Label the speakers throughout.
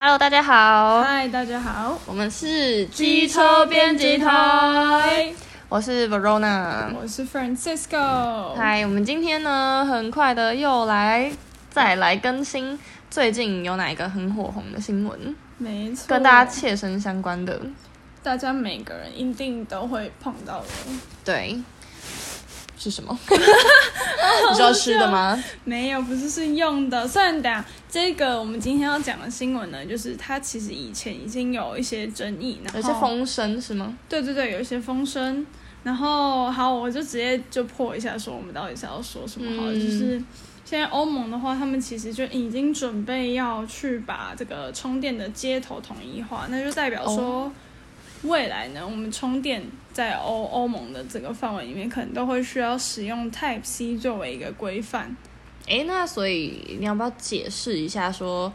Speaker 1: Hello，大家好，
Speaker 2: 嗨，大家好，
Speaker 1: 我们是
Speaker 2: 机车编辑，台，
Speaker 1: 我是 Verona。
Speaker 2: 我是 Francisco。
Speaker 1: 嗨，我们今天呢，很快的又来再来更新最近有哪一个很火红的新闻，
Speaker 2: 没错，
Speaker 1: 跟大家切身相关的。
Speaker 2: 大家每个人一定都会碰到的。
Speaker 1: 对，是什 么？你知道吃的吗？
Speaker 2: 没有，不是是用的。虽然讲这个我们今天要讲的新闻呢，就是它其实以前已经有一些争议，然后
Speaker 1: 有些风声是吗？
Speaker 2: 对对对，有一些风声。然后好，我就直接就破一下，说我们到底是要说什么好了。
Speaker 1: 嗯
Speaker 2: 就是现在欧盟的话，他们其实就已经准备要去把这个充电的接头统一化，那就代表说，未来呢，我们充电在欧欧盟的这个范围里面，可能都会需要使用 Type C 作为一个规范。
Speaker 1: 诶，那所以你要不要解释一下说？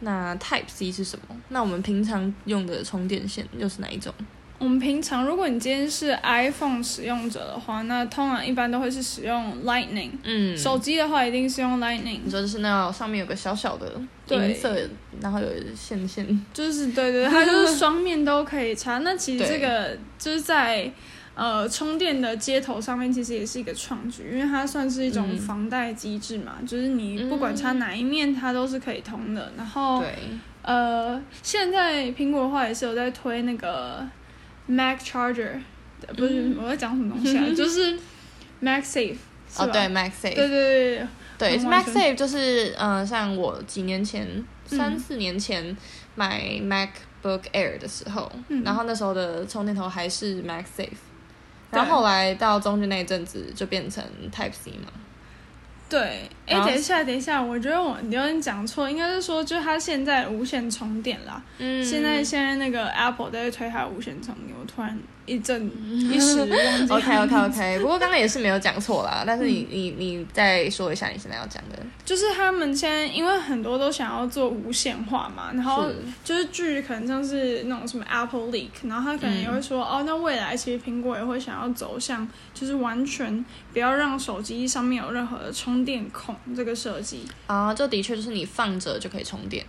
Speaker 1: 那 Type C 是什么？那我们平常用的充电线又是哪一种？
Speaker 2: 我们平常，如果你今天是 iPhone 使用者的话，那通常一般都会是使用 Lightning，、
Speaker 1: 嗯，
Speaker 2: 手机的话一定是用 Lightning。
Speaker 1: 你说就是那上面有个小小的
Speaker 2: 对
Speaker 1: 银色，然后有线线，
Speaker 2: 就是对对，它就是双面都可以插。那其实这个就是在呃充电的接头上面，其实也是一个创举，因为它算是一种
Speaker 1: 嗯
Speaker 2: 防带机制嘛，就是你不管插哪一面，它都是可以通的。然后
Speaker 1: 对，
Speaker 2: 呃，现在苹果的话也是有在推那个 Mac Charger，呃不是、
Speaker 1: 嗯
Speaker 2: 我在讲什么 东西啊，就是 Mac Safe 是
Speaker 1: 哦
Speaker 2: 吧？
Speaker 1: 对
Speaker 2: 对对
Speaker 1: ，MagSafe，
Speaker 2: 对对
Speaker 1: 对
Speaker 2: 完全嗯
Speaker 1: ，MagSafe 就是嗯、呃像我几年前三四年前买 MacBook Air 的时候，
Speaker 2: 嗯
Speaker 1: 然后那时候的充电头还是 MagSafe，
Speaker 2: 对
Speaker 1: 然后后来到中间那一阵子就变成 Type C 嘛，
Speaker 2: 对，哎、
Speaker 1: 然后
Speaker 2: 等一下，等一下，我觉得我有点讲错，应该是说，就是它现在无线充电啦，
Speaker 1: 嗯，
Speaker 2: 现在现在那个 Apple 在推它的无线充电，我突然一阵
Speaker 1: 嗯
Speaker 2: 一时 忘记。
Speaker 1: OK OK OK，不过刚刚也是没有讲错啦，
Speaker 2: 嗯
Speaker 1: 但是你你你再说一下你现在要讲的，
Speaker 2: 就是他们现在因为很多都想要做无线化嘛，然后
Speaker 1: 是
Speaker 2: 就是据可能像是那种什么 Apple Leak，然后他可能也会说、
Speaker 1: 嗯
Speaker 2: 哦，那未来其实苹果也会想要走向就是完全不要让手机上面有任何的充电孔这个设计。
Speaker 1: 啊，就的确就是你放着就可以充电。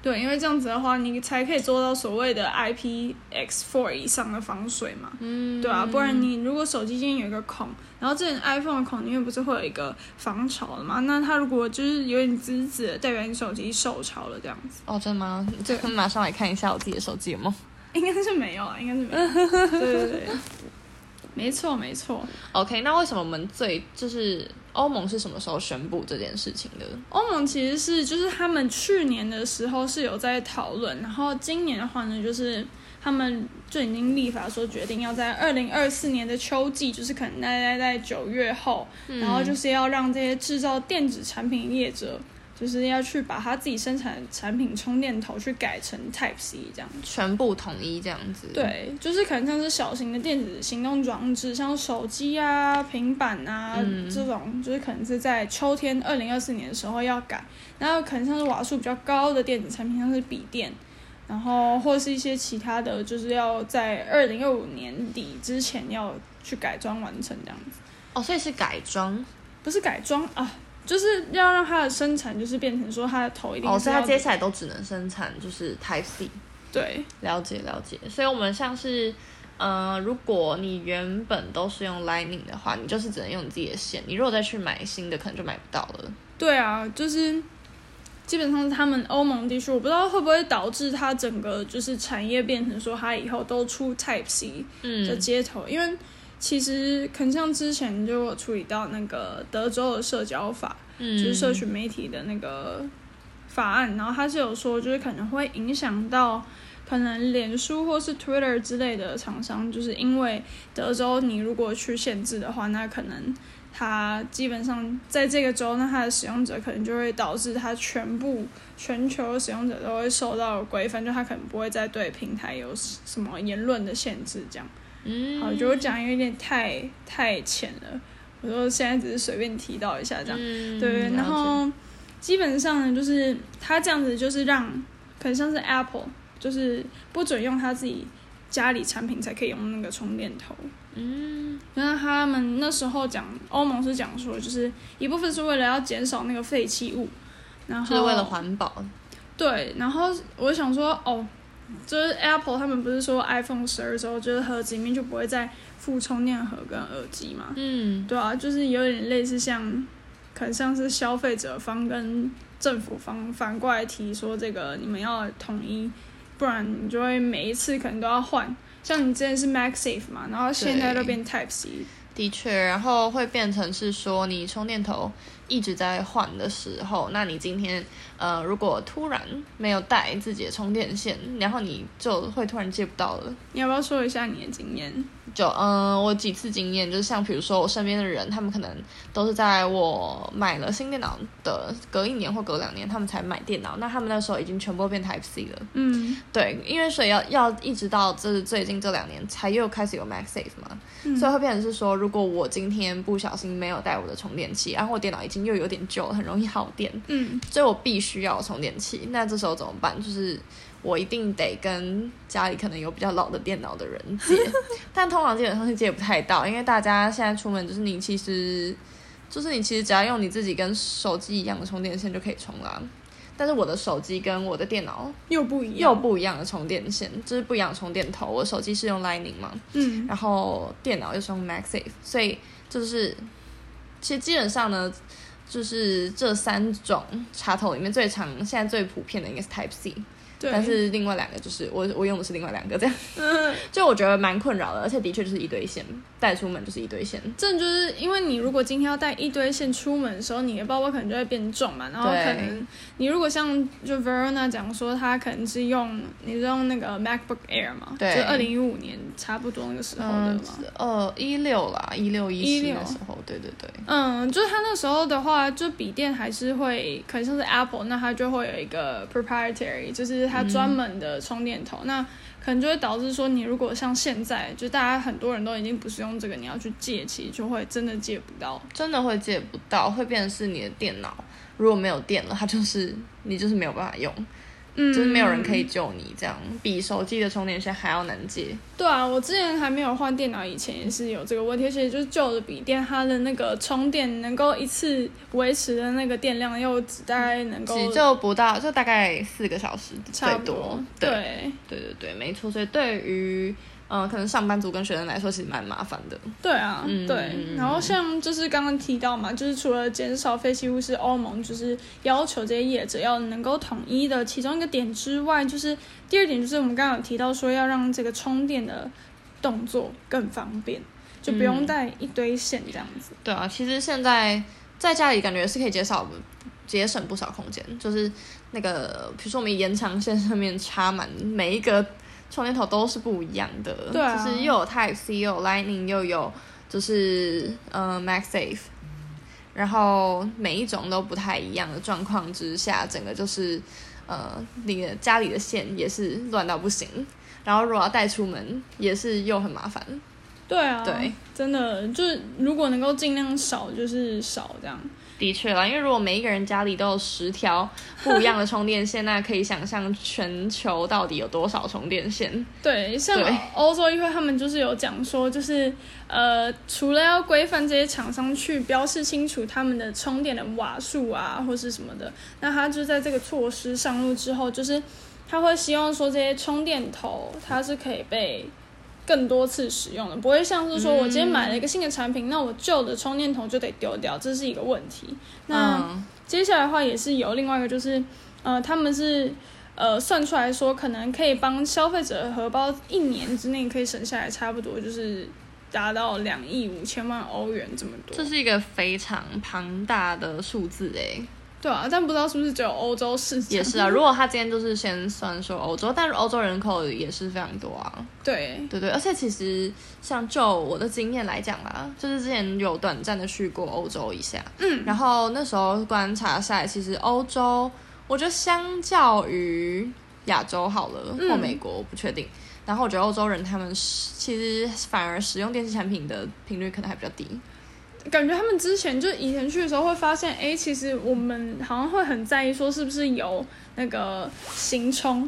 Speaker 2: 对，因为这样子的话，你才可以做到所谓的 IPX4 以上的防水嘛。嗯，对啊，不然你如果手机今天有一个孔，然后这前 iPhone 的孔里面不是会有一个防潮的嘛？那它如果就是有点滋滋的，代表你手机受潮了这样子，
Speaker 1: 哦，真的吗？ 这个马上来看一下我自己的手机有没有。
Speaker 2: 应该是没有啊，应该是没有。对对对，没错没错。
Speaker 1: OK，那为什么我们最就是欧盟是什么时候宣布这件事情的？
Speaker 2: 欧盟其实是就是他们去年的时候是有在讨论，然后今年的话呢，就是他们就已经立法说决定要在二零二四年的秋季，就是可能大概在九月后，
Speaker 1: 嗯
Speaker 2: 然后就是要让这些制造电子产品业者。就是要去把他自己生产的产品充电头去改成 Type C 这样，
Speaker 1: 全部统一这样子？，
Speaker 2: 对，就是可能像是小型的电子行动装置，像手机啊、平板啊、
Speaker 1: 嗯
Speaker 2: 这种，就是可能是在秋天二零二四年的时候要改。然后可能像是瓦数比较高的电子产品，像是笔电，然后或是一些其他的，就是要在二零二五年底之前要去改装完成这样子，
Speaker 1: 哦，所以是改装。
Speaker 2: 不是改装啊。就是要让它的生产，就是变成说它的头一定
Speaker 1: 哦，
Speaker 2: 是
Speaker 1: 所以
Speaker 2: 要、
Speaker 1: 它接下来都只能生产就是 Type C。
Speaker 2: 对
Speaker 1: 了解了解，所以我们像是。呃，如果你原本都是用 Lightning 的话，你就是只能用你自己的线。你如果再去买新的，可能就买不到了。
Speaker 2: 对啊，就是基本上是他们欧盟地区，我不知道会不会导致它整个就是产业变成说它以后都出 Type C 的
Speaker 1: 嗯，
Speaker 2: 接头，因为其实很像之前就有处理到那个德州的社交法，
Speaker 1: 嗯
Speaker 2: 就是社群媒体的那个法案，然后它是有说就是可能会影响到。可能脸书或是 Twitter 之类的厂商，就是因为德州你如果去限制的话，那可能它基本上在这个州，那它的使用者可能就会导致它全部全球的使用者都会受到规范，就它可能不会再对平台有什么言论的限制这样。
Speaker 1: 嗯，
Speaker 2: 好，我觉得我讲有点太太浅了，我就现在只是随便提到一下这样。
Speaker 1: 嗯
Speaker 2: 对，
Speaker 1: 了
Speaker 2: 然
Speaker 1: 解
Speaker 2: 后基本上呢，就是它这样子就是让，可能像是 Apple，就是不准用它自己家里产品才可以用那个充电头。
Speaker 1: 嗯
Speaker 2: 那他们那时候讲，欧盟是讲说，就是一部分是为了要减少那个废弃物，然后
Speaker 1: 就是为了环保，
Speaker 2: 对，然后我想说，哦，就是 Apple 他们不是说 iPhone 十二之后就是盒子里面就不会再附充电盒跟耳机嘛？
Speaker 1: 嗯，
Speaker 2: 对啊，就是有点类似像，可能像是消费者方跟政府方反过来提说这个你们要统一，不然你就会每一次可能都要换。像你之前是 MagSafe 嘛，然后现在都变 Type C，
Speaker 1: 的确，然后会变成是说，你充电头一直在换的时候，那你今天呃，如果突然没有带自己的充电线，然后你就会突然借不到了。
Speaker 2: 你要不要说一下你的经验？
Speaker 1: 就嗯，我几次经验就是像比如说我身边的人，他们可能都是在我买了新电脑的隔一年或隔两年，他们才买电脑，那他们那时候已经全部都变 Type C 了。
Speaker 2: 嗯，
Speaker 1: 对，因为所以要要一直到这最近这两年才又开始有 MagSafe 嘛，
Speaker 2: 嗯
Speaker 1: 所以会变成是说，如果我今天不小心没有带我的充电器，然后我电脑已经又有点旧了，很容易耗电，
Speaker 2: 嗯，
Speaker 1: 所以我必须要有充电器。那这时候怎么办？就是我一定得跟家里可能有比较老的电脑的人借，但通常基本上是借不太到，因为大家现在出门就是你其实就是你其实只要用你自己跟手机一样的充电线就可以充啦。但是我的手机跟我的电脑
Speaker 2: 又不一
Speaker 1: 又
Speaker 2: 样，
Speaker 1: 不一样的充电线，就是不一样的充电头。我手机是用 Lightning 嘛，
Speaker 2: 嗯
Speaker 1: 然后电脑又是用 MagSafe，所以就是其实基本上呢，就是这三种插头里面最常现在最普遍的应该是 Type C，
Speaker 2: 对，
Speaker 1: 但是另外两个就是我我用的是另外两个，这样
Speaker 2: 嗯，
Speaker 1: 就我觉得蛮困扰的，而且的确就是一堆线，带出门就是一堆线。
Speaker 2: 这就是因为你如果今天要带一堆线出门的时候，你的包包可能就会变重嘛，然后
Speaker 1: 对
Speaker 2: 可能你如果像就 Verona 讲说，她可能是用你是用那个 MacBook Air 嘛，
Speaker 1: 对
Speaker 2: 就二零一五年差不多那个时候的
Speaker 1: 嗯
Speaker 2: 嘛。，
Speaker 1: 呃，一六啦，一六一七
Speaker 2: 16
Speaker 1: 的时候，对对对，
Speaker 2: 嗯，就是它那时候的话，就笔电还是会，可能像是 Apple，那它就会有一个 proprietary，就是它专门的充电
Speaker 1: 嗯
Speaker 2: 头，那可能就会导致说，你如果像现在，就大家很多人都已经不是用这个，你要去借，其实就会真的借不到。
Speaker 1: 真的会借不到，会变成是你的电脑如果没有电了，它就是你就是没有办法用。
Speaker 2: 嗯，
Speaker 1: 就是没有人可以救你，这样比手机的充电线还要难接。
Speaker 2: 对啊，我之前还没有换电脑以前也是有这个问题，而且就是旧的笔电，它的那个充电能够一次维持的那个电量又只大概能够
Speaker 1: 只就不到，就大概四个小时最
Speaker 2: 差不
Speaker 1: 多。
Speaker 2: 对，
Speaker 1: 对对对对，没错。所以对于呃，可能上班族跟学生来说，其实蛮麻烦的。
Speaker 2: 对啊，
Speaker 1: 嗯
Speaker 2: 对。然后像就是刚刚提到嘛，就是除了减少废弃物是欧盟就是要求这些业者要能够统一的其中一个点之外，就是第二点就是我们刚刚有提到说要让这个充电的动作更方便，就不用
Speaker 1: 嗯
Speaker 2: 带一堆线这样子。
Speaker 1: 对啊，其实现在在家里感觉是可以减少节省不少空间，就是那个比如说我们延长线上面插满每一个充电头都是不一样的，
Speaker 2: 对啊
Speaker 1: 就是又有 Type C，又有 Lightning，又有就是呃 MagSafe，然后每一种都不太一样的状况之下，整个就是呃你的家里的线也是乱到不行，然后如果要带出门也是又很麻烦，
Speaker 2: 对啊，
Speaker 1: 对，
Speaker 2: 真的就是如果能够尽量少，就是少这样。
Speaker 1: 的确啦，因为如果每一个人家里都有十条不一样的充电线，那可以想象全球到底有多少充电线。
Speaker 2: 对，像
Speaker 1: 对
Speaker 2: 欧洲议会他们就是有讲说，就是呃，除了要规范这些厂商去标示清楚他们的充电的瓦数啊，或是什么的，那他就在这个措施上路之后，就是他会希望说这些充电头它是可以被。更多次使用的，不会像是说我今天买了一个新的产品，那我旧的充电头就得丢掉，这是一个问题。那、
Speaker 1: 嗯，
Speaker 2: 接下来的话也是有另外一个，就是呃，他们是呃算出来说，可能可以帮消费者的荷包一年之内可以省下来，差不多就是达到两亿五千万欧元这么多
Speaker 1: 这。是一个非常庞大的数字诶，
Speaker 2: 对啊，但不知道是不是只有欧洲市场？
Speaker 1: 也是啊。如果他今天就是先算说欧洲，但是欧洲人口也是非常多啊。
Speaker 2: 对，
Speaker 1: 对对，而且其实像就我的经验来讲啦，就是之前有短暂的去过欧洲一下，嗯，然后那时候观察下来，其实欧洲我觉得相较于亚洲好了，或
Speaker 2: 嗯
Speaker 1: 美国，我不确定。然后我觉得欧洲人他们是其实反而使用电器产品的频率可能还比较低，
Speaker 2: 感觉他们之前就以前去的时候会发现，哎、其实我们好像会很在意说是不是有那个行充，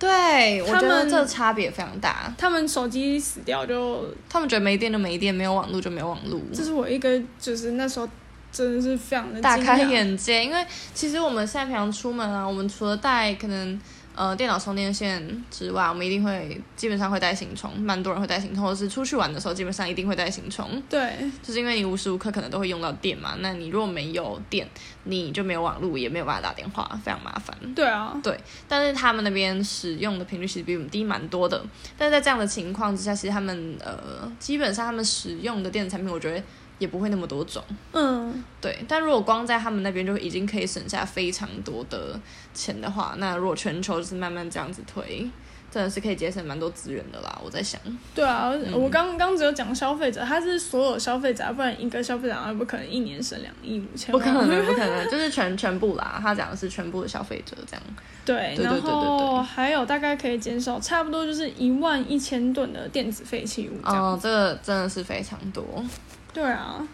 Speaker 1: 对，我
Speaker 2: 他
Speaker 1: 觉得
Speaker 2: 们
Speaker 1: 这差别非常大。
Speaker 2: 他们手机死掉就
Speaker 1: 嗯他们觉得没电就没电，没有网络就没有网络，
Speaker 2: 这是我一个就是那时候真的是非常的
Speaker 1: 大
Speaker 2: 惊
Speaker 1: 开
Speaker 2: 讶
Speaker 1: 眼界，因为其实我们现在平常出门啊，我们除了带可能呃电脑充电线之外，我们一定会基本上会带行充，蛮多人会带行充，或者是出去玩的时候基本上一定会带行充，
Speaker 2: 对
Speaker 1: 就是因为你无时无刻可能都会用到电嘛。那你如果没有电，你就没有网络，也没有办法打电话，非常麻烦。
Speaker 2: 对啊，
Speaker 1: 但是他们那边使用的频率其实比我们低蛮多的。但是在这样的情况之下，其实他们呃基本上他们使用的电子产品，我觉得也不会那么多种。
Speaker 2: 嗯，
Speaker 1: 对，但如果光在他们那边就已经可以省下非常多的钱的话，那如果全球就是慢慢这样子推，真的是可以节省蛮多资源的啦。我在想，
Speaker 2: 对啊，
Speaker 1: 嗯
Speaker 2: 我刚刚只有讲消费者，他是所有消费者啊，不然一个消费者他不可能一年省两亿五千
Speaker 1: 不
Speaker 2: 万，
Speaker 1: 可能，不可能，就是全全部啦。他讲的是全部的消费者这样。
Speaker 2: 对，
Speaker 1: 对对
Speaker 2: 然
Speaker 1: 对对对
Speaker 2: 后还有大概可以减少差不多就是一万一千吨的电子废弃物这样。
Speaker 1: 哦，这个真的是非常多。
Speaker 2: 对啊，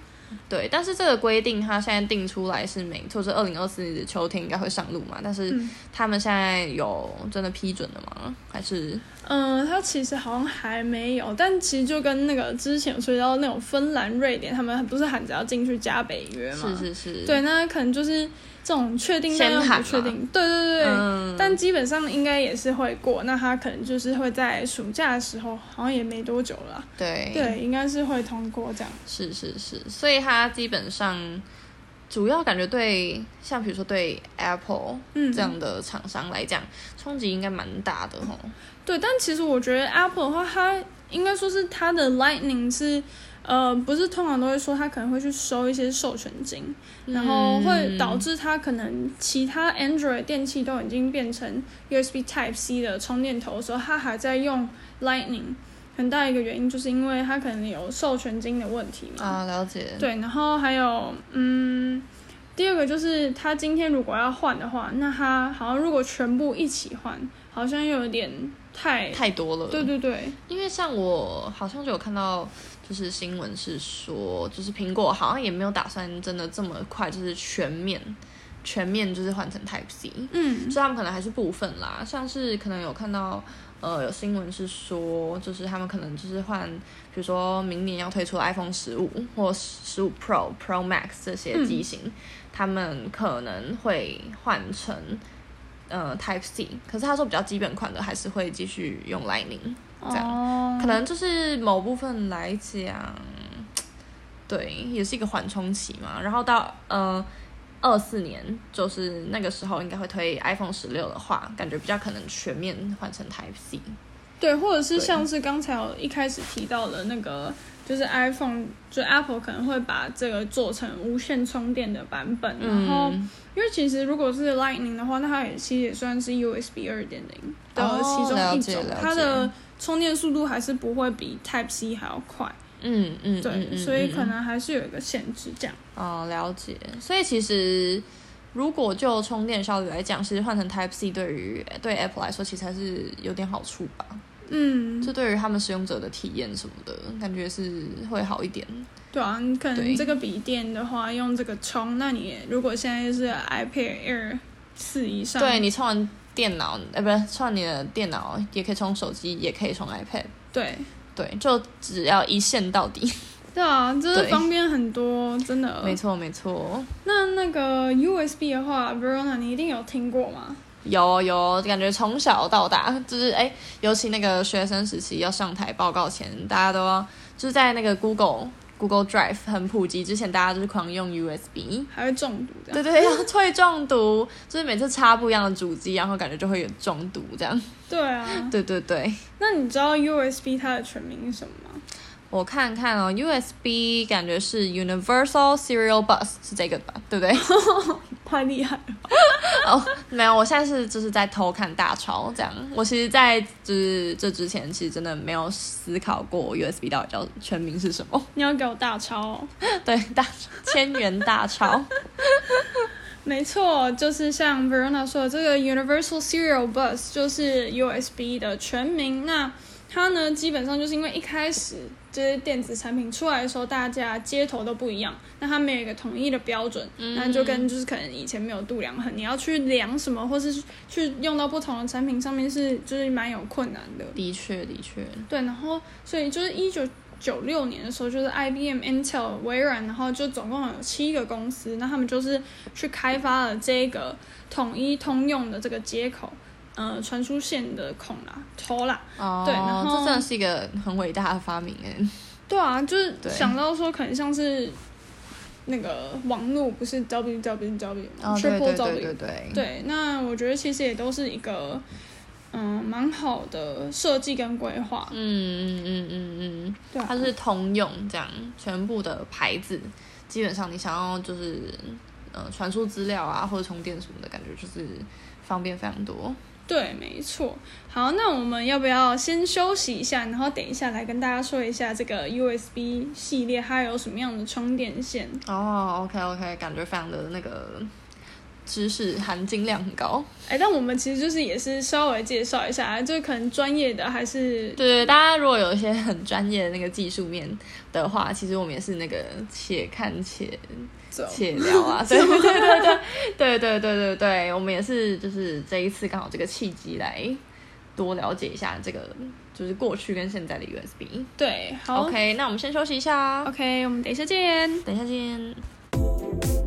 Speaker 1: 对，但是这个规定它现在定出来是没错，是二零二四年的秋天应该会上路嘛。但是
Speaker 2: 嗯
Speaker 1: 他们现在有真的批准了吗？还是
Speaker 2: 嗯，它其实好像还没有，但其实就跟那个之前有说到那种芬兰、瑞典，他们不是喊着要进去加北约嘛？
Speaker 1: 是是是，
Speaker 2: 啊对，那可能就是这种确定但
Speaker 1: 先
Speaker 2: 又
Speaker 1: 喊
Speaker 2: 不
Speaker 1: 嘛
Speaker 2: 确定，对对对。
Speaker 1: 嗯，
Speaker 2: 但基本上应该也是会过，那它可能就是会在暑假的时候，好像也没多久了，
Speaker 1: 对
Speaker 2: 对，应该是会通过这样。
Speaker 1: 是是是，所以它基本上主要感觉对，像比如说对 Apple
Speaker 2: 嗯，
Speaker 1: 这样的厂商来讲，冲击应该蛮大的吼。
Speaker 2: 对，但其实我觉得 Apple 的话，它应该说是它的 Lightning 是，呃，不是通常都会说它可能会去收一些授权金，然后会导致它可能其他 Android 电器都已经变成 USB Type C 的充电头的时候，它还在用 Lightning。很大一个原因就是因为它可能有授权金的问题嘛。
Speaker 1: 啊，了解。
Speaker 2: 对，然后还有嗯，第二个就是他今天如果要换的话，那他好像如果全部一起换，好像又有点太。
Speaker 1: 太多了。
Speaker 2: 对对对，
Speaker 1: 因为像我好像就有看到，就是新闻是说，就是苹果好像也没有打算真的这么快，就是全面全面就是换成 Type C。
Speaker 2: 嗯，
Speaker 1: 所以他们可能还是部分啦，像是可能有看到，呃，有新闻是说，就是他们可能就是换，比如说明年要推出的 iPhone 十五或十五 Pro、Pro Max 这些机型，他们可能会换成呃 Type C，可是他说比较基本款的还是会继续用 Lightning，这样
Speaker 2: 哦，
Speaker 1: 可能就是某部分来讲，对，也是一个缓冲期嘛。然后到呃二四年，就是那个时候应该会推 iPhone 十六的话，感觉比较可能全面换成 Type C。
Speaker 2: 对，或者是
Speaker 1: 对
Speaker 2: 像是刚才我一开始提到的那个，就是 iPhone，就 Apple 可能会把这个做成无线充电的版本，然后
Speaker 1: 嗯
Speaker 2: 因为其实如果是 Lightning 的话，那它也其实也算是 USB 二点零的
Speaker 1: 哦
Speaker 2: 其中
Speaker 1: 了
Speaker 2: 一
Speaker 1: 解
Speaker 2: 种，
Speaker 1: 了
Speaker 2: 它
Speaker 1: 解
Speaker 2: 的充电速度还是不会比 Type C 还要快，
Speaker 1: 嗯嗯，
Speaker 2: 对，
Speaker 1: 嗯嗯
Speaker 2: 所以
Speaker 1: 嗯
Speaker 2: 可能还是有一个限制这样。
Speaker 1: 哦，了解。所以其实如果就充电效率来讲，其实换成 Type C 对于对 Apple 来说，其实还是有点好处吧。
Speaker 2: 嗯，
Speaker 1: 这对于他们使用者的体验什么的，感觉是会好一点。
Speaker 2: 对啊，你可能
Speaker 1: 对
Speaker 2: 这个笔电的话用这个充，那你如果现在是 iPad Air 四以上，
Speaker 1: 对你充完电脑，呃，不是充完你的电脑，也可以充手机，也可以充 iPad。
Speaker 2: 对
Speaker 1: 对，就只要一线到底。
Speaker 2: 对啊，就是
Speaker 1: 对
Speaker 2: 方便很多，真的。
Speaker 1: 没错，没错。
Speaker 2: 那那个 USB 的话，Verona 你一定有听过吗？
Speaker 1: 有有，感觉从小到大，就是哎，尤其那个学生时期要上台报告前，大家都要就是在那个 Google Google Drive 很普及之前，大家就是狂用 USB。
Speaker 2: 还会中毒这样。
Speaker 1: 对对， 要会中毒，就是每次插不一样的主机，然后感觉就会有中毒这样。
Speaker 2: 对啊，
Speaker 1: 对对对。
Speaker 2: 那你知道 USB 它的全名是什么吗？
Speaker 1: 我看看哦，USB 感觉是 Universal Serial Bus 是这个吧，对不对？
Speaker 2: 太厉害了！
Speaker 1: 没有，我现在是就是在偷看大潮这样。我其实，在就是这之前，其实真的没有思考过 USB 到底叫全名是什么。
Speaker 2: 你要给我大抄哦、
Speaker 1: 对，大 千元大潮，
Speaker 2: 没错，就是像 Verona 说的，这个 Universal Serial Bus 就是 USB 的全名。那它呢，基本上就是因为一开始这些电子产品出来的时候，大家接头都不一样，那它没有一个统一的标准，那就跟就是可能以前没有度量衡，你要去量什么，或是去用到不同的产品上面是就是蛮有困难的。
Speaker 1: 的确的确，
Speaker 2: 对，然后所以就是一九九六年的时候，就是 IBM、Intel、微软，然后就总共有七个公司，那他们就是去开发了这个统一通用的这个接口，呃，传输线的孔啦、头啦，
Speaker 1: 哦，
Speaker 2: 对然后
Speaker 1: 这真的是一个很伟大的发明哎。
Speaker 2: 对啊，就是
Speaker 1: 对
Speaker 2: 想到说可能像是那个网络不是 www 吗
Speaker 1: 哦，对对对
Speaker 2: ？triple w
Speaker 1: 对对，
Speaker 2: 对，那我觉得其实也都是一个嗯蛮好的设计跟规划，
Speaker 1: 嗯嗯嗯嗯嗯，
Speaker 2: 对啊
Speaker 1: 它是通用这样，全部的牌子，基本上你想要就是呃传输资料啊或者充电什么的感觉，就是方便非常多。
Speaker 2: 对，没错。好，那我们要不要先休息一下，然后等一下来跟大家说一下这个 USB 系列它有什么样的充电线？
Speaker 1: 哦，OK OK，感觉非常的那个知识含金量很高。
Speaker 2: 哎，但我们其实就是也是稍微介绍一下，啊就是可能专业的还是
Speaker 1: 对，大家如果有一些很专业的那个技术面的话，其实我们也是那个且看且
Speaker 2: 走
Speaker 1: 且聊啊，对对对对对对对对对对，我们也是就是这一次刚好这个契机来多了解一下这个就是过去跟现在的 USB。
Speaker 2: 对，好
Speaker 1: OK，那我们先休息一下啊，
Speaker 2: OK，我们等一下见。
Speaker 1: 等一下见。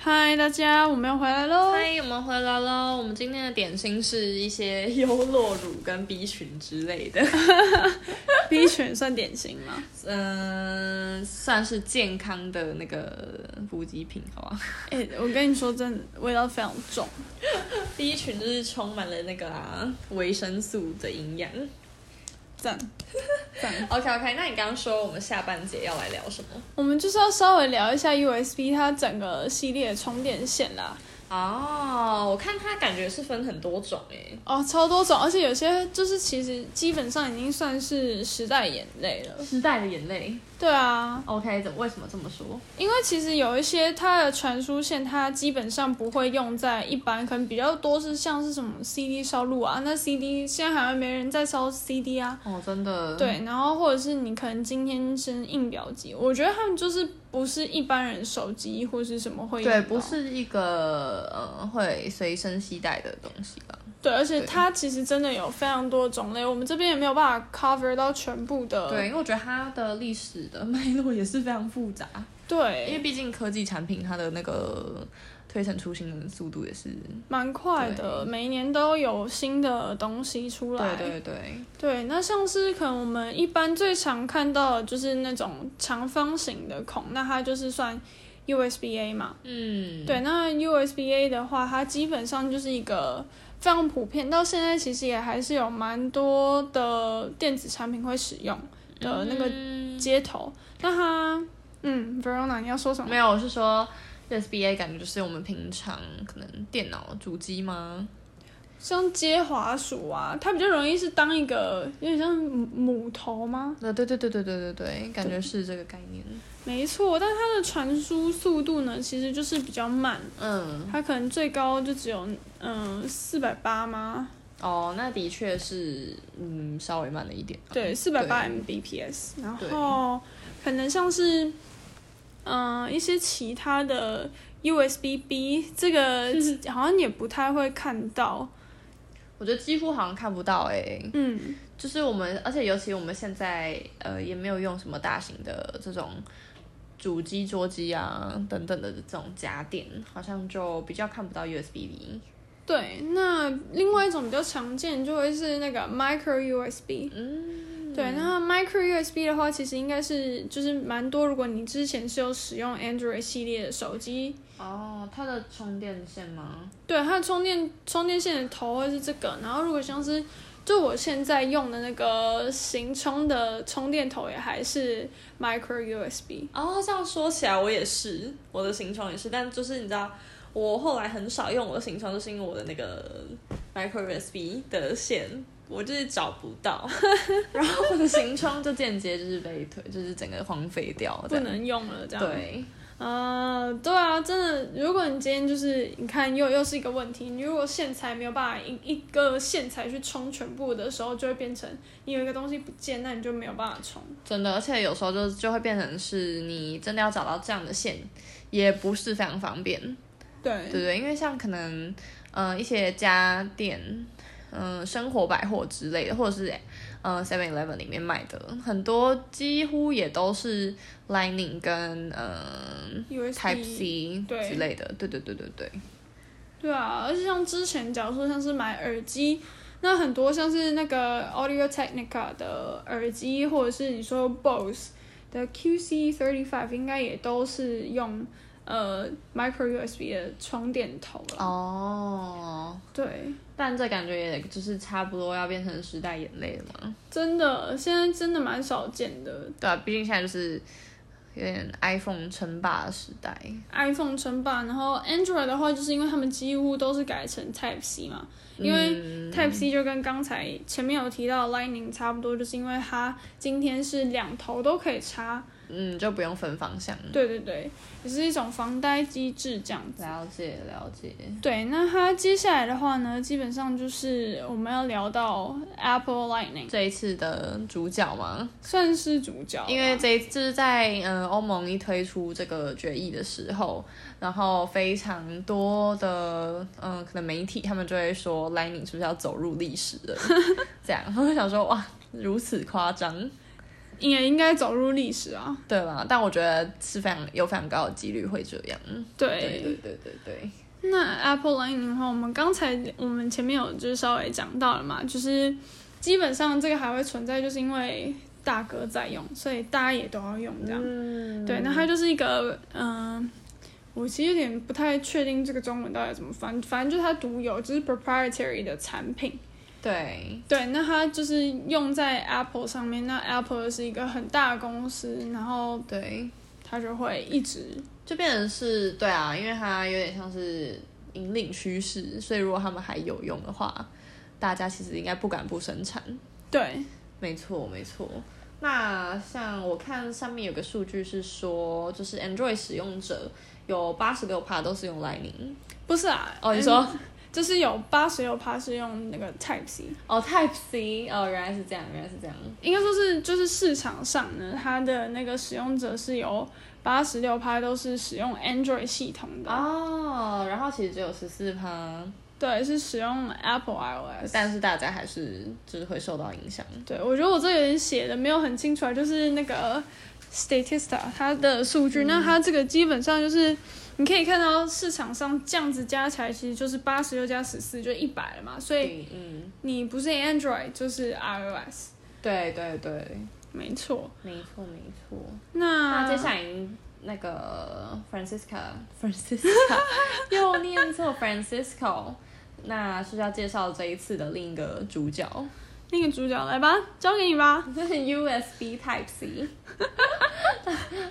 Speaker 2: 嗨，大家，我们又回来喽。
Speaker 1: 嗨，我们回来喽。我们今天的点心是一些优酪乳跟 B 群之类的，
Speaker 2: B 群算点心吗？
Speaker 1: 嗯、算是健康的那个补给品，好吧
Speaker 2: 哎，我跟你说，真的味道非常重。
Speaker 1: ？B 群就是充满了那个啊维生素的营养。
Speaker 2: 赞赞，
Speaker 1: OK OK，那你刚刚说我们下半节要来聊什么？
Speaker 2: 我们就是要稍微聊一下 USB 它整个系列的充电线啦。
Speaker 1: 哦，我看它感觉是分很多种诶。
Speaker 2: 哦，超多种，而且有些就是其实基本上已经算是时代眼泪了。
Speaker 1: 时代的眼泪。
Speaker 2: 对啊，
Speaker 1: OK，怎为什么这么说？
Speaker 2: 因为其实有一些它的传输线，它基本上不会用在一般，可能比较多是像是什么 CD 烧录啊，那 CD 现在好像没人在烧 CD 啊。
Speaker 1: 哦，真的。，
Speaker 2: 对，然后或者是你可能今天是印表机，我觉得他们就是不是一般人手机或是什么会用
Speaker 1: 对，
Speaker 2: 到
Speaker 1: 不是一个呃会随身携带的东西吧？
Speaker 2: 对，而且
Speaker 1: 对
Speaker 2: 它其实真的有非常多种类，我们这边也没有办法 cover 到全部的。
Speaker 1: 对，因为我觉得它的历史的脉络也是非常复杂，
Speaker 2: 对，
Speaker 1: 因为毕竟科技产品它的那个推陈出新的速度也是。
Speaker 2: 蛮快的，每一年都有新的东西出来。
Speaker 1: 对对对，
Speaker 2: 对那像是可能我们一般最常看到的就是那种长方形的孔，那它就是算 USB A 嘛。
Speaker 1: 嗯，
Speaker 2: 对，那 USB A 的话，它基本上就是一个非常普遍，到现在其实也还是有蛮多的电子产品会使用
Speaker 1: 呃
Speaker 2: 的
Speaker 1: 嗯
Speaker 2: 那个接头。那它，嗯，Verona，你要说什么？
Speaker 1: 没有，我是说 USB A 感觉就是我们平常可能电脑主机吗？
Speaker 2: 像接滑鼠啊，它比较容易是当一个有点像母母头吗？
Speaker 1: 呃，对对对对对对对，感觉是这个概念。
Speaker 2: 没错，但它的传输速度呢，其实就是比较慢，
Speaker 1: 嗯，
Speaker 2: 它可能最高就只有嗯四百八吗？
Speaker 1: 哦，那的确是，嗯，稍微慢了一点。
Speaker 2: 对，四百八
Speaker 1: 对
Speaker 2: Mbps，然
Speaker 1: 对
Speaker 2: 后可能像是嗯、呃一些其他的 USB B 这个好像也不太会看到，
Speaker 1: 我觉得几乎好像看不到哎、
Speaker 2: 嗯，
Speaker 1: 就是我们，而且尤其我们现在，呃，也没有用什么大型的这种主机、桌机啊等等的这种家电，好像就比较看不到 USB B。
Speaker 2: 对。那另外一种比较常见就会是那个 Micro USB，
Speaker 1: 嗯，
Speaker 2: 对，那 micro USB 的话，其实应该是就是蛮多。如果你之前是有使用 Android 系列的手机，
Speaker 1: 哦，它的充电线吗？
Speaker 2: 对它的充电充电线的头会是这个，然后如果像是就我现在用的那个行充的充电头也还是 micro USB。
Speaker 1: 哦，这样说起来，我也是，我的行充也是，但就是你知道，我后来很少用我的行充，就是因为我的那个 micro USB 的线，我就是找不到，然后我的行充就间接就是被推，就是整个荒废掉，这
Speaker 2: 不
Speaker 1: 样
Speaker 2: 能用了，这样。
Speaker 1: 对，
Speaker 2: 啊，对啊，真的，如果你今天就是你看又又是一个问题，你如果线材没有办法一一个线材去冲全部的时候，就会变成你有一个东西不见，那你就没有办法冲。
Speaker 1: 真的，而且有时候就就会变成是你真的要找到这样的线，也不是非常方便，
Speaker 2: 对
Speaker 1: 对不对？因为像可能嗯、一些家电，嗯、生活百货之类的，或者是嗯 Seven Eleven 里面卖的，很多几乎也都是 Lightning 跟嗯、
Speaker 2: USB
Speaker 1: Type C
Speaker 2: 对
Speaker 1: 之类的，对对对对对，
Speaker 2: 对啊，而且像之前，假如说像是买耳机，那很多像是那个 Audio Technica 的耳机，或者是你说 Bose 的 QC thirty five，应该也都是用呃 micro USB 的充电头了。
Speaker 1: 哦。
Speaker 2: 对，
Speaker 1: 但这感觉也就是差不多要变成时代眼泪了嘛。
Speaker 2: 真的，现在真的蛮少见的。
Speaker 1: 对啊，毕竟现在就是有点 iPhone 称霸的时代。
Speaker 2: iPhone 称霸，然后 Android 的话，就是因为他们几乎都是改成 Type C 嘛，因
Speaker 1: 嗯
Speaker 2: 为 Type C 就跟刚才前面有提到的 Lightning 差不多，就是因为它今天是两头都可以插，
Speaker 1: 嗯，就不用分方向。
Speaker 2: 对对对，也是一种防呆机制这样子。
Speaker 1: 了解了解。
Speaker 2: 对，那它接下来的话呢，基本上就是我们要聊到 Apple Lightning，
Speaker 1: 这一次的主角嘛，
Speaker 2: 算是主角啦，
Speaker 1: 因为这一就是在嗯欧盟一推出这个决议的时候，然后非常多的嗯可能媒体他们就会说 Lightning 是不是要走入历史了？这样，我就想说哇，如此夸张。
Speaker 2: 也应该走入历史啊。
Speaker 1: 对吧？但我觉得是非常有非常高的几率会这样。对对
Speaker 2: 对，
Speaker 1: 对对对，
Speaker 2: 那 Apple Lightning 的话，我们刚才我们前面有就是稍微讲到了嘛，就是基本上这个还会存在，就是因为大哥在用，所以大家也都要用这样。
Speaker 1: 嗯，
Speaker 2: 对，那它就是一个嗯、呃我其实有点不太确定这个中文到底怎么翻，反正就是它独有，就是 proprietary 的产品。
Speaker 1: 对
Speaker 2: 对，那它就是用在 Apple 上面，那 Apple 是一个很大的公司，然后
Speaker 1: 对，
Speaker 2: 它就会一直
Speaker 1: 就变成是，对啊，因为它有点像是引领趋势，所以如果他们还有用的话，大家其实应该不敢不生产。
Speaker 2: 对
Speaker 1: 没错，没错。那像我看上面有个数据是说，就是 Android 使用者有八十六趴都是用 Lightning。
Speaker 2: 不是啊，
Speaker 1: 哦，你
Speaker 2: 嗯
Speaker 1: 说
Speaker 2: 就是有八十六趴是用那个 Type C，
Speaker 1: 哦 Type C，哦，原来是这样，原来是这样。
Speaker 2: 应该说是就是市场上呢，它的那个使用者是有八十六趴都是使用 Android 系统的，
Speaker 1: 哦，然后其实只有十四趴，
Speaker 2: 对，是使用 Apple iOS。
Speaker 1: 但是大家还是就是会受到影响。
Speaker 2: 对，我觉得我这有点写的没有很清楚啊，就是那个 Statista 它的数
Speaker 1: 嗯
Speaker 2: 据，那它这个基本上就是你可以看到市场上这样子加起来，其实就是八十六加十四就一百了嘛，所以
Speaker 1: 对，嗯，
Speaker 2: 你不是 Android 就是 iOS，
Speaker 1: 对对对，
Speaker 2: 没错。
Speaker 1: 没错没错。
Speaker 2: 那
Speaker 1: 那接下来那个 Francisca Francisca 又念错 Francisco，那是要介绍这一次的另一个主 角，
Speaker 2: 那个主角来吧，交给你吧。
Speaker 1: 就是 USB Type C。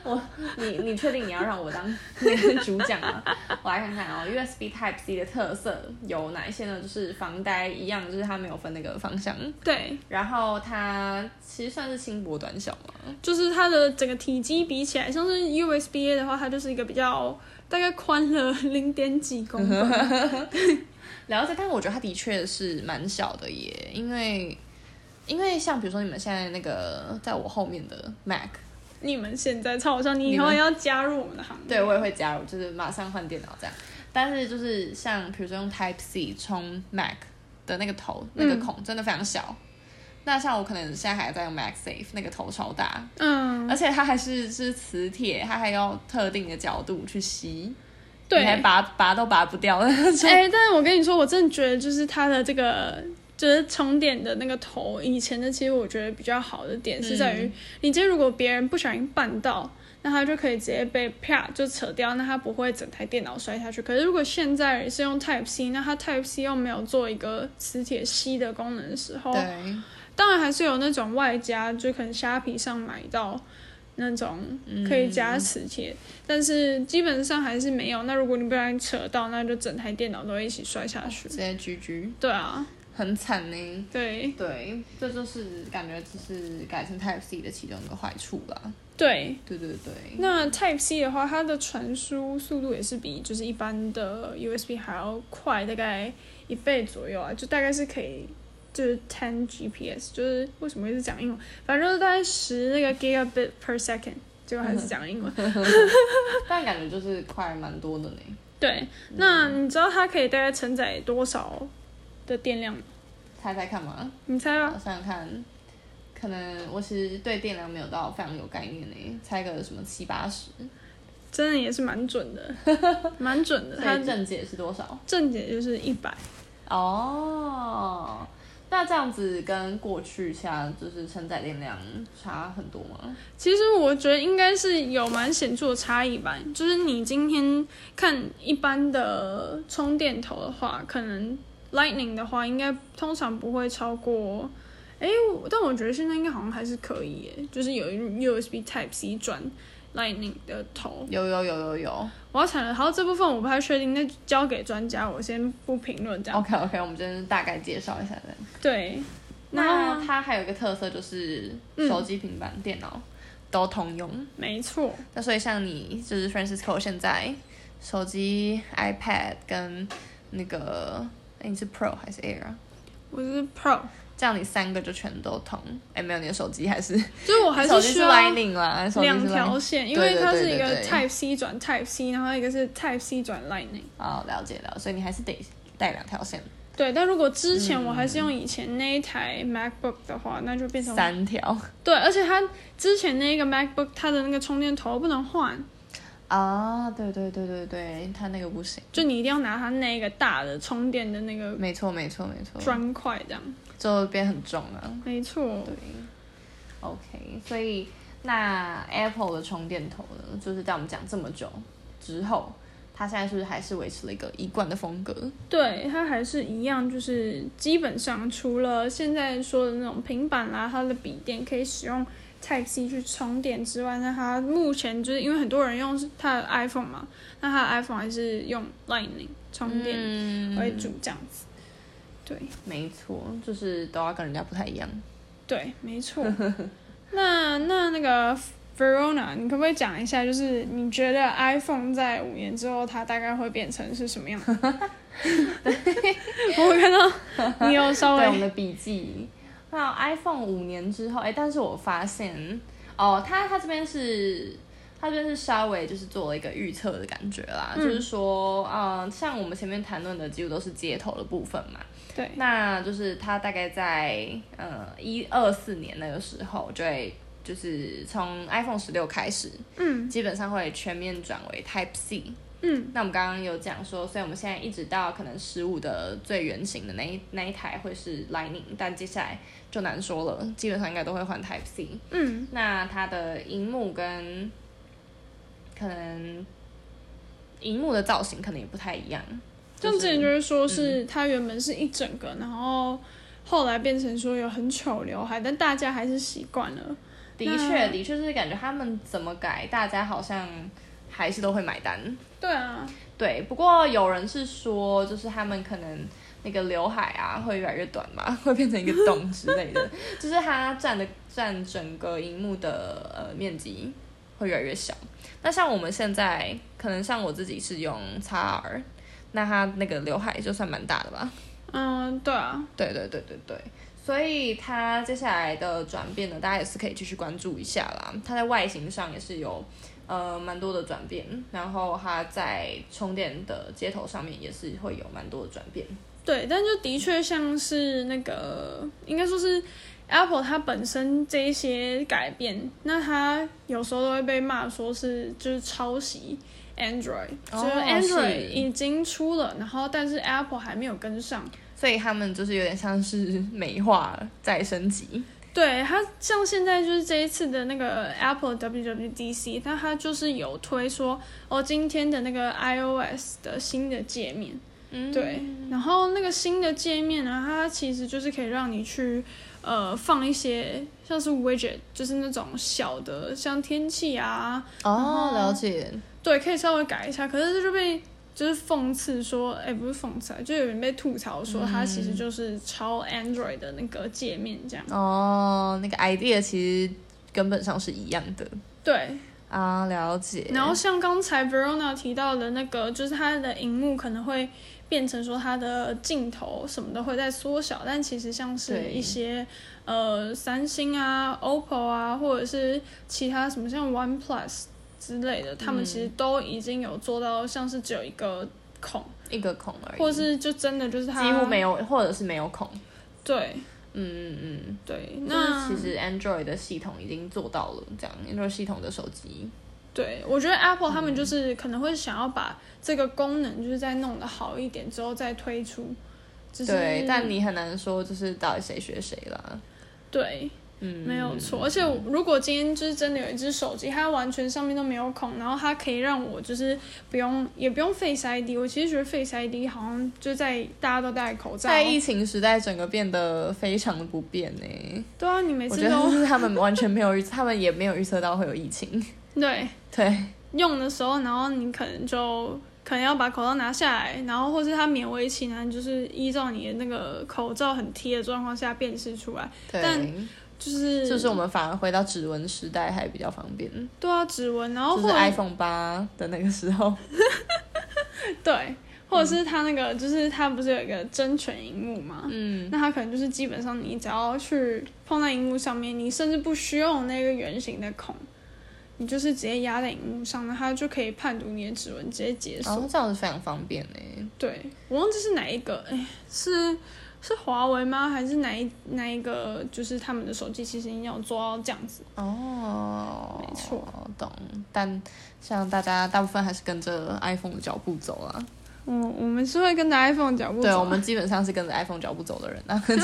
Speaker 1: 我你你确定你要让我当那个主讲 吗？我来看看哦，USB Type C 的特色有哪一些呢？就是防呆一样，就是它没有分那个方向。
Speaker 2: 对，
Speaker 1: 然后它其实算是轻薄短小嘛，
Speaker 2: 就是它的整个体积比起来，像是 USB A 的话，它就是一个比较大概宽了零点几公
Speaker 1: 嗯
Speaker 2: 分。
Speaker 1: 了解，但我觉得它的确是蛮小的耶，因为因为像比如说你们现在那个在我后面的 Mac，
Speaker 2: 你们现在超好笑，你以
Speaker 1: 你
Speaker 2: 后
Speaker 1: 们
Speaker 2: 要加入我们的行列。
Speaker 1: 对我也会加入，就是马上换电脑这样。但是就是像比如说用 Type C 充 Mac 的那个头那个
Speaker 2: 嗯
Speaker 1: 孔真的非常小，那像我可能现在还在用 MagSafe 那个头超大，
Speaker 2: 嗯，
Speaker 1: 而且它还是是磁铁，它还要特定的角度去吸，
Speaker 2: 对。
Speaker 1: 你还
Speaker 2: 哎、
Speaker 1: 拔拔都拔不掉的那种。
Speaker 2: 但是我跟你说，我真的觉得就是它的这个。就是充电的那个头，以前的其实我觉得比较好的点是在于，
Speaker 1: 嗯
Speaker 2: 你今天如果别人不小心绊到，那它就可以直接被啪就扯掉，那它不会整台电脑摔下去。可是如果现在是用 Type C，那它 Type C 又没有做一个磁铁吸的功能的时候，
Speaker 1: 对，
Speaker 2: 当然还是有那种外加，就可能虾皮上买到那种可以加磁铁，但是基本上还是没有。那如果你不然扯到，那就整台电脑都会一起摔下 去
Speaker 1: 直。接 GG，
Speaker 2: 对啊，
Speaker 1: 很惨呢。
Speaker 2: 对
Speaker 1: 对，这就是感觉就是改成 Type C 的其中一个坏处啦。
Speaker 2: 对。
Speaker 1: 对对对，
Speaker 2: 那 Type C 的话，它的传输速度也是比就是一般的 USB 还要快，大概一倍左右啊，就大概是可以就是 ten GPS，就是为什么一直讲英文，反正就是大概十那个 gigabit per second，结果还是讲英文。
Speaker 1: 但感觉就是快蛮多的呢。
Speaker 2: 对，
Speaker 1: 嗯
Speaker 2: 那你知道它可以大概承载多少的电量吗？
Speaker 1: 猜猜看嘛，
Speaker 2: 你猜啊
Speaker 1: 我
Speaker 2: 吧，
Speaker 1: 想想看，可能我其实对电量没有到非常有概念呢，猜个什么七八十。
Speaker 2: 真的也是蛮准 的，蛮准的。
Speaker 1: 所
Speaker 2: 它
Speaker 1: 以正解是多少？
Speaker 2: 正解就是一百，
Speaker 1: 哦，那这样子跟过去下就是承载电量差很多吗？
Speaker 2: 其实我觉得应该是有蛮显著的差异吧。就是你今天看一般的充电头的话，可能 Lightning 的话，应该通常不会超过。哎，我但我觉得现在应该好像还是可以耶，就是有 USB Type C 转 Lightning 的头。
Speaker 1: 有有有有有。
Speaker 2: 我要惨了，好，这部分我不太确定，那就交给专家，我先不评论这样。
Speaker 1: OK OK，我们今天大概介绍一下这样。
Speaker 2: 对，
Speaker 1: 那
Speaker 2: 那
Speaker 1: 它还有一个特色就是
Speaker 2: 嗯
Speaker 1: 手机、平板、电脑都通用。
Speaker 2: 没错，
Speaker 1: 那所以像你就是 Francisco 现在手机、iPad 跟那个，哎，你是 Pro 还是 Air？、啊、
Speaker 2: 我是 Pro，
Speaker 1: 这样你三个就全都通。哎，没有，你的手机还是
Speaker 2: 就是我还
Speaker 1: 手机
Speaker 2: 是需
Speaker 1: 是
Speaker 2: 要
Speaker 1: Lightning 啦，手机是
Speaker 2: 两
Speaker 1: Lightning
Speaker 2: 条线，因
Speaker 1: 对
Speaker 2: 为
Speaker 1: 对
Speaker 2: 它
Speaker 1: 对
Speaker 2: 是一
Speaker 1: 对
Speaker 2: 个
Speaker 1: 对
Speaker 2: Type C 转 Type C，然后一个是 Type C 转 Lightning。
Speaker 1: 哦，了解了，所以你还是得带两条线，
Speaker 2: 对，但如果之前我还是用以前那一台 MacBook 的话，那就变成
Speaker 1: 嗯三 条
Speaker 2: 对，而且它之前那个 MacBook 它的那个充电头不能换，
Speaker 1: 啊，对对对对对，它那个不行，
Speaker 2: 就你一定要拿它那个大的充电的那个
Speaker 1: 没错没错没错，
Speaker 2: 砖块这样。
Speaker 1: 就变很重了，
Speaker 2: 没错，
Speaker 1: 对，OK，所以那 Apple 的充电头呢，就是在我们讲这么久之后，它现在是不是还是维持了一个一贯的风格？
Speaker 2: 对，它还是一样，就是基本上除了现在说的那种平板啦，它的笔电可以使用 Type C 去充电之外，那它目前就是因为很多人用是它的 iPhone 嘛，那它的 iPhone 还是用 Lightning 充电为主这样子。对
Speaker 1: 没错，就是都要跟人家不太一样。
Speaker 2: 对，没 错。那那那个 Verona，你可不可以讲一下，就是你觉得 iPhone 在五年之后，它大概会变成是什 么样子？我看到你有稍
Speaker 1: 对
Speaker 2: 微
Speaker 1: 我们的笔记。那 iPhone 五年之后，哎、但是我发现哦，它它这边是它这边是稍微就是做了一个预测的感觉啦，
Speaker 2: 嗯
Speaker 1: 就是说，嗯、像我们前面谈论的几乎都是街头的部分嘛，
Speaker 2: 对，
Speaker 1: 那就是它大概在呃一二四年那个时候就会。就是从 iPhone 十六开始，
Speaker 2: 嗯
Speaker 1: 基本上会全面转为 Type C。
Speaker 2: 嗯，
Speaker 1: 那我们刚刚有讲说，所以我们现在一直到可能十五的最原型的那一那一台会是 Lightning，但接下来就难说了，基本上应该都会换 Type C。
Speaker 2: 嗯
Speaker 1: 那它的荧幕跟可能荧幕的造型可能也不太一样，
Speaker 2: 像之前就是说是它原本是一整个，然后后来变成说有很丑刘海，但大家还是习惯了。
Speaker 1: 的
Speaker 2: 那
Speaker 1: 确的确是感觉他们怎么改，大家好像还是都会买单。
Speaker 2: 对啊，
Speaker 1: 对，不过有人是说，就是他们可能那个刘海啊会越来越短嘛， 会变成一个洞之类 的，就是它占的占整个荧幕的呃面积会越来越小。那像我们现在，可能像我自己是用 XR，那它那个刘海就算蛮大的吧？
Speaker 2: 嗯，对啊，
Speaker 1: 对对对对对。所以它接下来的转变呢，大家也是可以继续关注一下啦。它在外形上也是有呃蛮多的转变，然后它在充电的接头上面也是会有蛮多的转变。
Speaker 2: 对，但就的确像是那个，应该说是 Apple 它本身这一些改变，那它有时候都会被骂说是就是抄袭。Android 就
Speaker 1: 哦
Speaker 2: 是 Android
Speaker 1: 是
Speaker 2: 已经出了，然后但是 Apple 还没有跟上，
Speaker 1: 所以他们就是有点像是美化再升级。
Speaker 2: 对它像现在就是这一次的那个 Apple WWDC，那它就是有推说哦，今天的那个 iOS 的新的界面，
Speaker 1: 嗯
Speaker 2: 对，然后那个新的界面呢，它其实就是可以让你去呃放一些像是 widget，就是那种小的像天气啊，
Speaker 1: 哦
Speaker 2: 后，
Speaker 1: 了解。
Speaker 2: 对，可以稍微改一下，可是这就被就是讽刺说，哎，不是讽刺啊，就有人被吐槽说它其实就是抄 Android 的那个界面这样，
Speaker 1: 哦，那个 idea 其实根本上是一样的
Speaker 2: 对，
Speaker 1: 啊，了解。
Speaker 2: 然后像刚才 Verona 提到的那个，就是它的荧幕可能会变成说它的镜头什么的会在缩小，但其实像是
Speaker 1: 对
Speaker 2: 一些呃三星啊、OPPO 啊，或者是其他什么像 OnePlus 之类的，他们其实都已经有做到像是只有一个孔，
Speaker 1: 一个孔而已，
Speaker 2: 或是就真的就是它
Speaker 1: 几乎没有，或者是没有孔。
Speaker 2: 对
Speaker 1: 嗯嗯嗯，
Speaker 2: 对，
Speaker 1: 那
Speaker 2: 那
Speaker 1: 其实 Android 的系统已经做到了这样，Android 系统的手机，
Speaker 2: 对，我觉得
Speaker 1: 嗯
Speaker 2: Apple 他们就是可能会想要把这个功能就是再弄得好一点之后再推出，就是
Speaker 1: 对，但你很难说就是到底谁学谁啦。
Speaker 2: 对
Speaker 1: 嗯，
Speaker 2: 没有错，而且我如果今天就是真的有一只手机，它完全上面都没有孔，然后它可以让我就是不用也不用 Face ID，我其实觉得 Face ID 好像就在大家都戴口罩，
Speaker 1: 在疫情时代，整个变得非常的不便呢、
Speaker 2: 对啊，你每
Speaker 1: 我
Speaker 2: 次
Speaker 1: 觉得
Speaker 2: 都
Speaker 1: 就是 他们完全没有预，他们也没有预测到会有疫情。
Speaker 2: 对
Speaker 1: 对，
Speaker 2: 用的时候，然后你可能就可能要把口罩拿下来，然后或是它勉为其难，就是依照你的那个口罩很贴的状况下辨识出来，但
Speaker 1: 对，
Speaker 2: 就是
Speaker 1: 就是我们反而回到指纹时代还比较方便，
Speaker 2: 对啊指纹，然后
Speaker 1: 就
Speaker 2: 或
Speaker 1: 是
Speaker 2: 者
Speaker 1: iPhone 八的那个时 候。
Speaker 2: 对，或者是它那个、就是它不是有一个真全荧幕吗？
Speaker 1: 嗯，
Speaker 2: 那它可能就是基本上你只要去碰到荧幕上面，你甚至不需要有那个圆形的孔，你就是直接压在荧幕上，那它就可以判读你的指纹，直接解
Speaker 1: 然
Speaker 2: 锁。
Speaker 1: 后这样是非常方便呢、
Speaker 2: 对，我忘记是哪一个，哎，是是华为吗？还是哪一哪一个？就是他们的手机其实已经有做到这样子。
Speaker 1: 哦，
Speaker 2: 没错，
Speaker 1: 懂。但像大家大部分还是跟着 iPhone 的脚步走啊。
Speaker 2: 嗯，我们是会跟着 iPhone 脚步走
Speaker 1: 对，
Speaker 2: 啊。
Speaker 1: 我们基本上是跟着 iPhone 脚步走的人啊。 就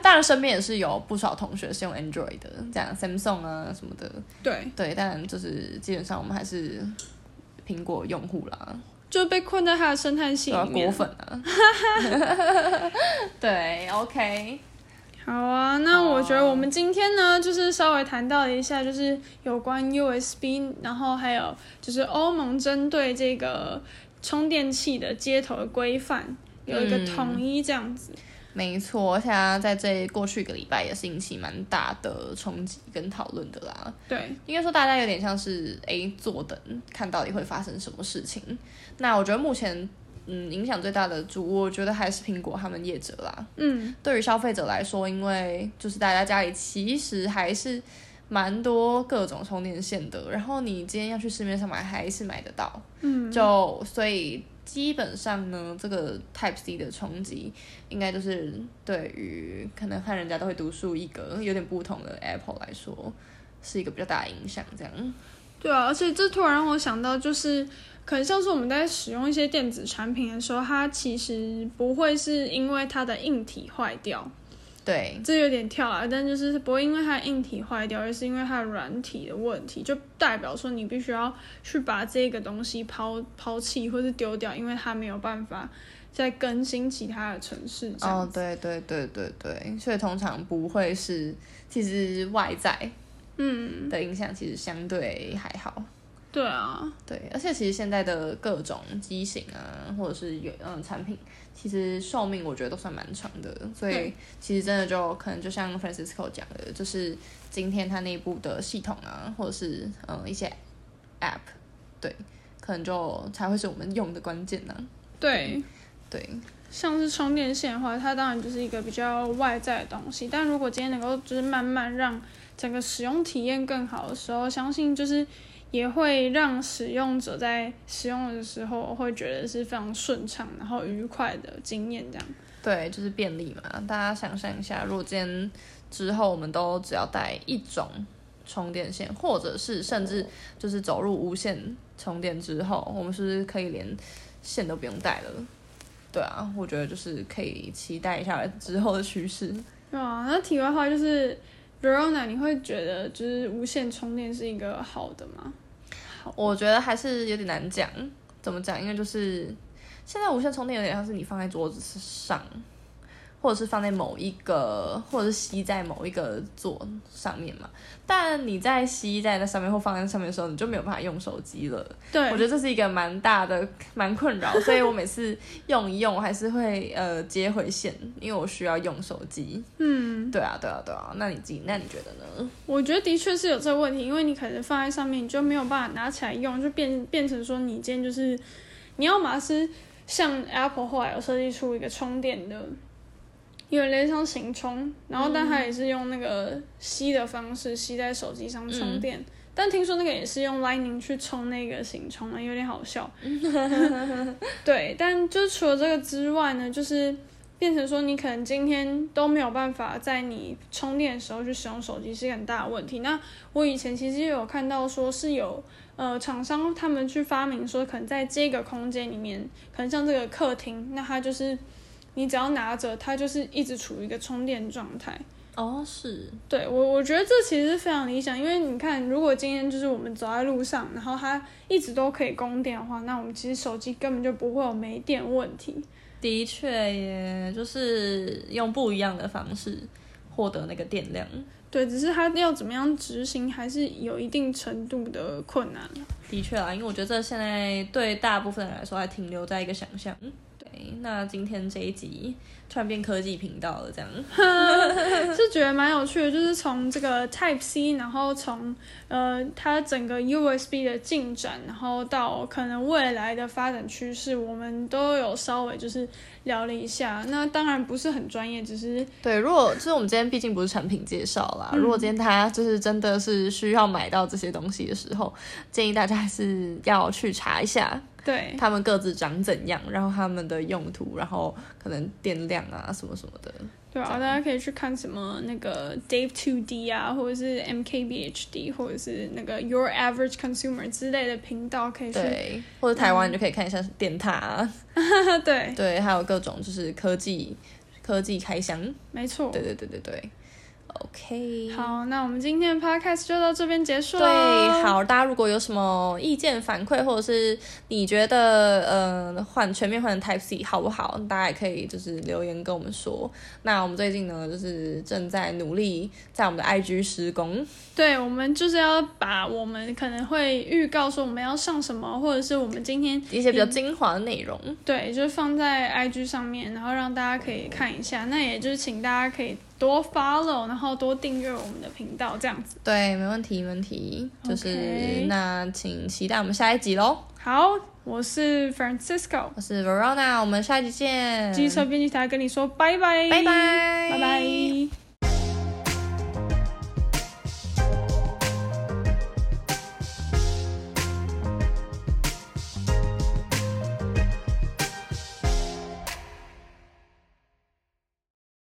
Speaker 1: 当然身边也是有不少同学是用 Android 的，这样 Samsung 啊什么的。
Speaker 2: 对，
Speaker 1: 对，但就是基本上我们还是苹果用户啦，
Speaker 2: 就被困在它的生态系
Speaker 1: 对啊，
Speaker 2: 里面
Speaker 1: 果。粉啊。 对，OK，
Speaker 2: 好啊，那我觉得我们今天呢，就是稍微谈到了一下，就是有关 USB，然后还有就是欧盟针对这个充电器的接头的规范有一个
Speaker 1: 嗯
Speaker 2: 统一这样子。
Speaker 1: 没错，而且啊在这过去一个礼拜也是引起蛮大的冲击跟讨论的啦。
Speaker 2: 对，
Speaker 1: 应该说大家有点像是诶坐等看到底会发生什么事情。那我觉得目前嗯影响最大的主，我觉得还是苹果他们业者啦。
Speaker 2: 嗯，
Speaker 1: 对于消费者来说，因为就是大家家里其实还是蛮多各种充电线的，然后你今天要去市面上买还是买得到，嗯，就所以基本上呢，这个 Type C 的冲击应该就是对于可能和人家都会独树一格、有点不同的 Apple 来说，是一个比较大的影响。这样，
Speaker 2: 对啊，而且这突然让我想到，就是可能像是我们在使用一些电子产品的时候，它其实不会是因为它的硬体坏掉，
Speaker 1: 对
Speaker 2: 这有点跳啊，但就是不会因为它的硬体坏掉，而是因为它的软体的问题，就代表说你必须要去把这个东西抛抛弃或是丢掉，因为它没有办法再更新其他的城市这样
Speaker 1: 哦，
Speaker 2: 子。
Speaker 1: 对对对对对，所以通常不会是，其实外在
Speaker 2: 嗯，
Speaker 1: 的影响其实相对还好。
Speaker 2: 对啊，
Speaker 1: 对，而且其实现在的各种机型啊，或者是有嗯产品，其实寿命我觉得都算蛮长的，所以
Speaker 2: 对
Speaker 1: 其实真的就可能就像 Francisco 讲的，就是今天它内部的系统啊，或者是嗯一些 App，对，可能就才会是我们用的关键呢、啊
Speaker 2: 对。
Speaker 1: 对，
Speaker 2: 像是充电线的话，它当然就是一个比较外在的东西。但如果今天能够就是慢慢让整个使用体验更好的时候，相信就是也会让使用者在使用的时候会觉得是非常顺畅，然后愉快的经验这样。
Speaker 1: 对，就是便利嘛。大家想象一下，如果今天之后我们都只要带一种充电线，或者是甚至就是走入无线充电之后，我们是不是可以连线都不用带了？对啊，我觉得就是可以期待一下之后的趋势。
Speaker 2: 对啊，那题外话就是，Verona，你会觉得就是无线充电是一个好的吗？
Speaker 1: 我觉得还是有点难讲，怎么讲？因为就是现在无线充电有点像是你放在桌子上，或者是放在某一个，或者是吸在某一个座上面嘛。但你在吸在那上面或放在上面的时候，你就没有办法用手机了。
Speaker 2: 对，
Speaker 1: 我觉得这是一个蛮大的、蛮困扰，所以我每次用一用，我还是会呃接回线，因为我需要用手机。
Speaker 2: 嗯。
Speaker 1: 对啊，对啊，对啊。那你自己，那你觉得呢？
Speaker 2: 我觉得的确是有这个问题，因为你可能放在上面，你就没有办法拿起来用，就变变成说你今天就是，你要么是像 Apple 后来有设计出一个充电的，有点类似像行充，然后但它也是用那个吸的方式吸在手机上充电，但听说那个也是用 Lightning 去充那个行充的，有点好笑。对，但就是除了这个之外呢，就是变成说你可能今天都没有办法在你充电的时候去使用手机，是一个很大的问题。那我以前其实也有看到说是有呃厂商他们去发明说，可能在这个空间里面，可能像这个客厅，那它就是你只要拿着它，就是一直处于一个充电状态。
Speaker 1: 哦，是，
Speaker 2: 对我，我觉得这其实是非常理想，因为你看，如果今天就是我们走在路上，然后它一直都可以供电的话，那我们其实手机根本就不会有没电问题。
Speaker 1: 的确耶，就是用不一样的方式获得那个电量，
Speaker 2: 对，只是它要怎么样执行，还是有一定程度的困难。
Speaker 1: 的确啊，因为我觉得这现在对大部分人来说还停留在一个想象。对，那今天这一集突然变科技频道了，这样。
Speaker 2: 是觉得蛮有趣的，就是从这个 Type C，然后从呃它整个 USB 的进展，然后到可能未来的发展趋势，我们都有稍微就是聊了一下。那当然不是很专业，只是
Speaker 1: 对，如果就是我们今天毕竟不是产品介绍啦，如果今天大家就是真的是需要买到这些东西的时候，建议大家还是要去查一下
Speaker 2: 对。
Speaker 1: 他们各自长怎样，然后他们的用途，然后可能电量啊什么什么的。
Speaker 2: 对啊，大家可以去看什么那个 Dave Two D 啊，或者是 MKBHD，或者是那个 Your Average Consumer 之类的频道，可以去
Speaker 1: 对，或者台
Speaker 2: 嗯
Speaker 1: 湾你就可以看一下电塔、啊，
Speaker 2: 对，
Speaker 1: 对，还有各种就是科技科技开箱。
Speaker 2: 没错。
Speaker 1: 对对对对对，OK。
Speaker 2: 好，那我们今天的 podcast 就到这边结束
Speaker 1: 对，
Speaker 2: 了。
Speaker 1: 好，大家如果有什么意见反馈，或者是你觉得呃换全面换成 Type C 好不好，大家也可以就是留言跟我们说。那我们最近呢，就是正在努力在我们的 IG 施工，
Speaker 2: 对，我们就是要把我们可能会预告说我们要上什么，或者是我们今天
Speaker 1: 一些比较精华的内容。
Speaker 2: 对，就是放在 IG 上面，然后让大家可以看一下。那也就是请大家可以多 follow，然后多订阅我们的频道，这样子。
Speaker 1: 对，没问题，没问题。就是
Speaker 2: OK
Speaker 1: 那，请期待我们下一集喽。
Speaker 2: 好，我是 Francisco，
Speaker 1: 我是 Verona，我们下一集见。
Speaker 2: 机车编辑台跟你说拜拜，
Speaker 1: 拜拜，
Speaker 2: 拜拜。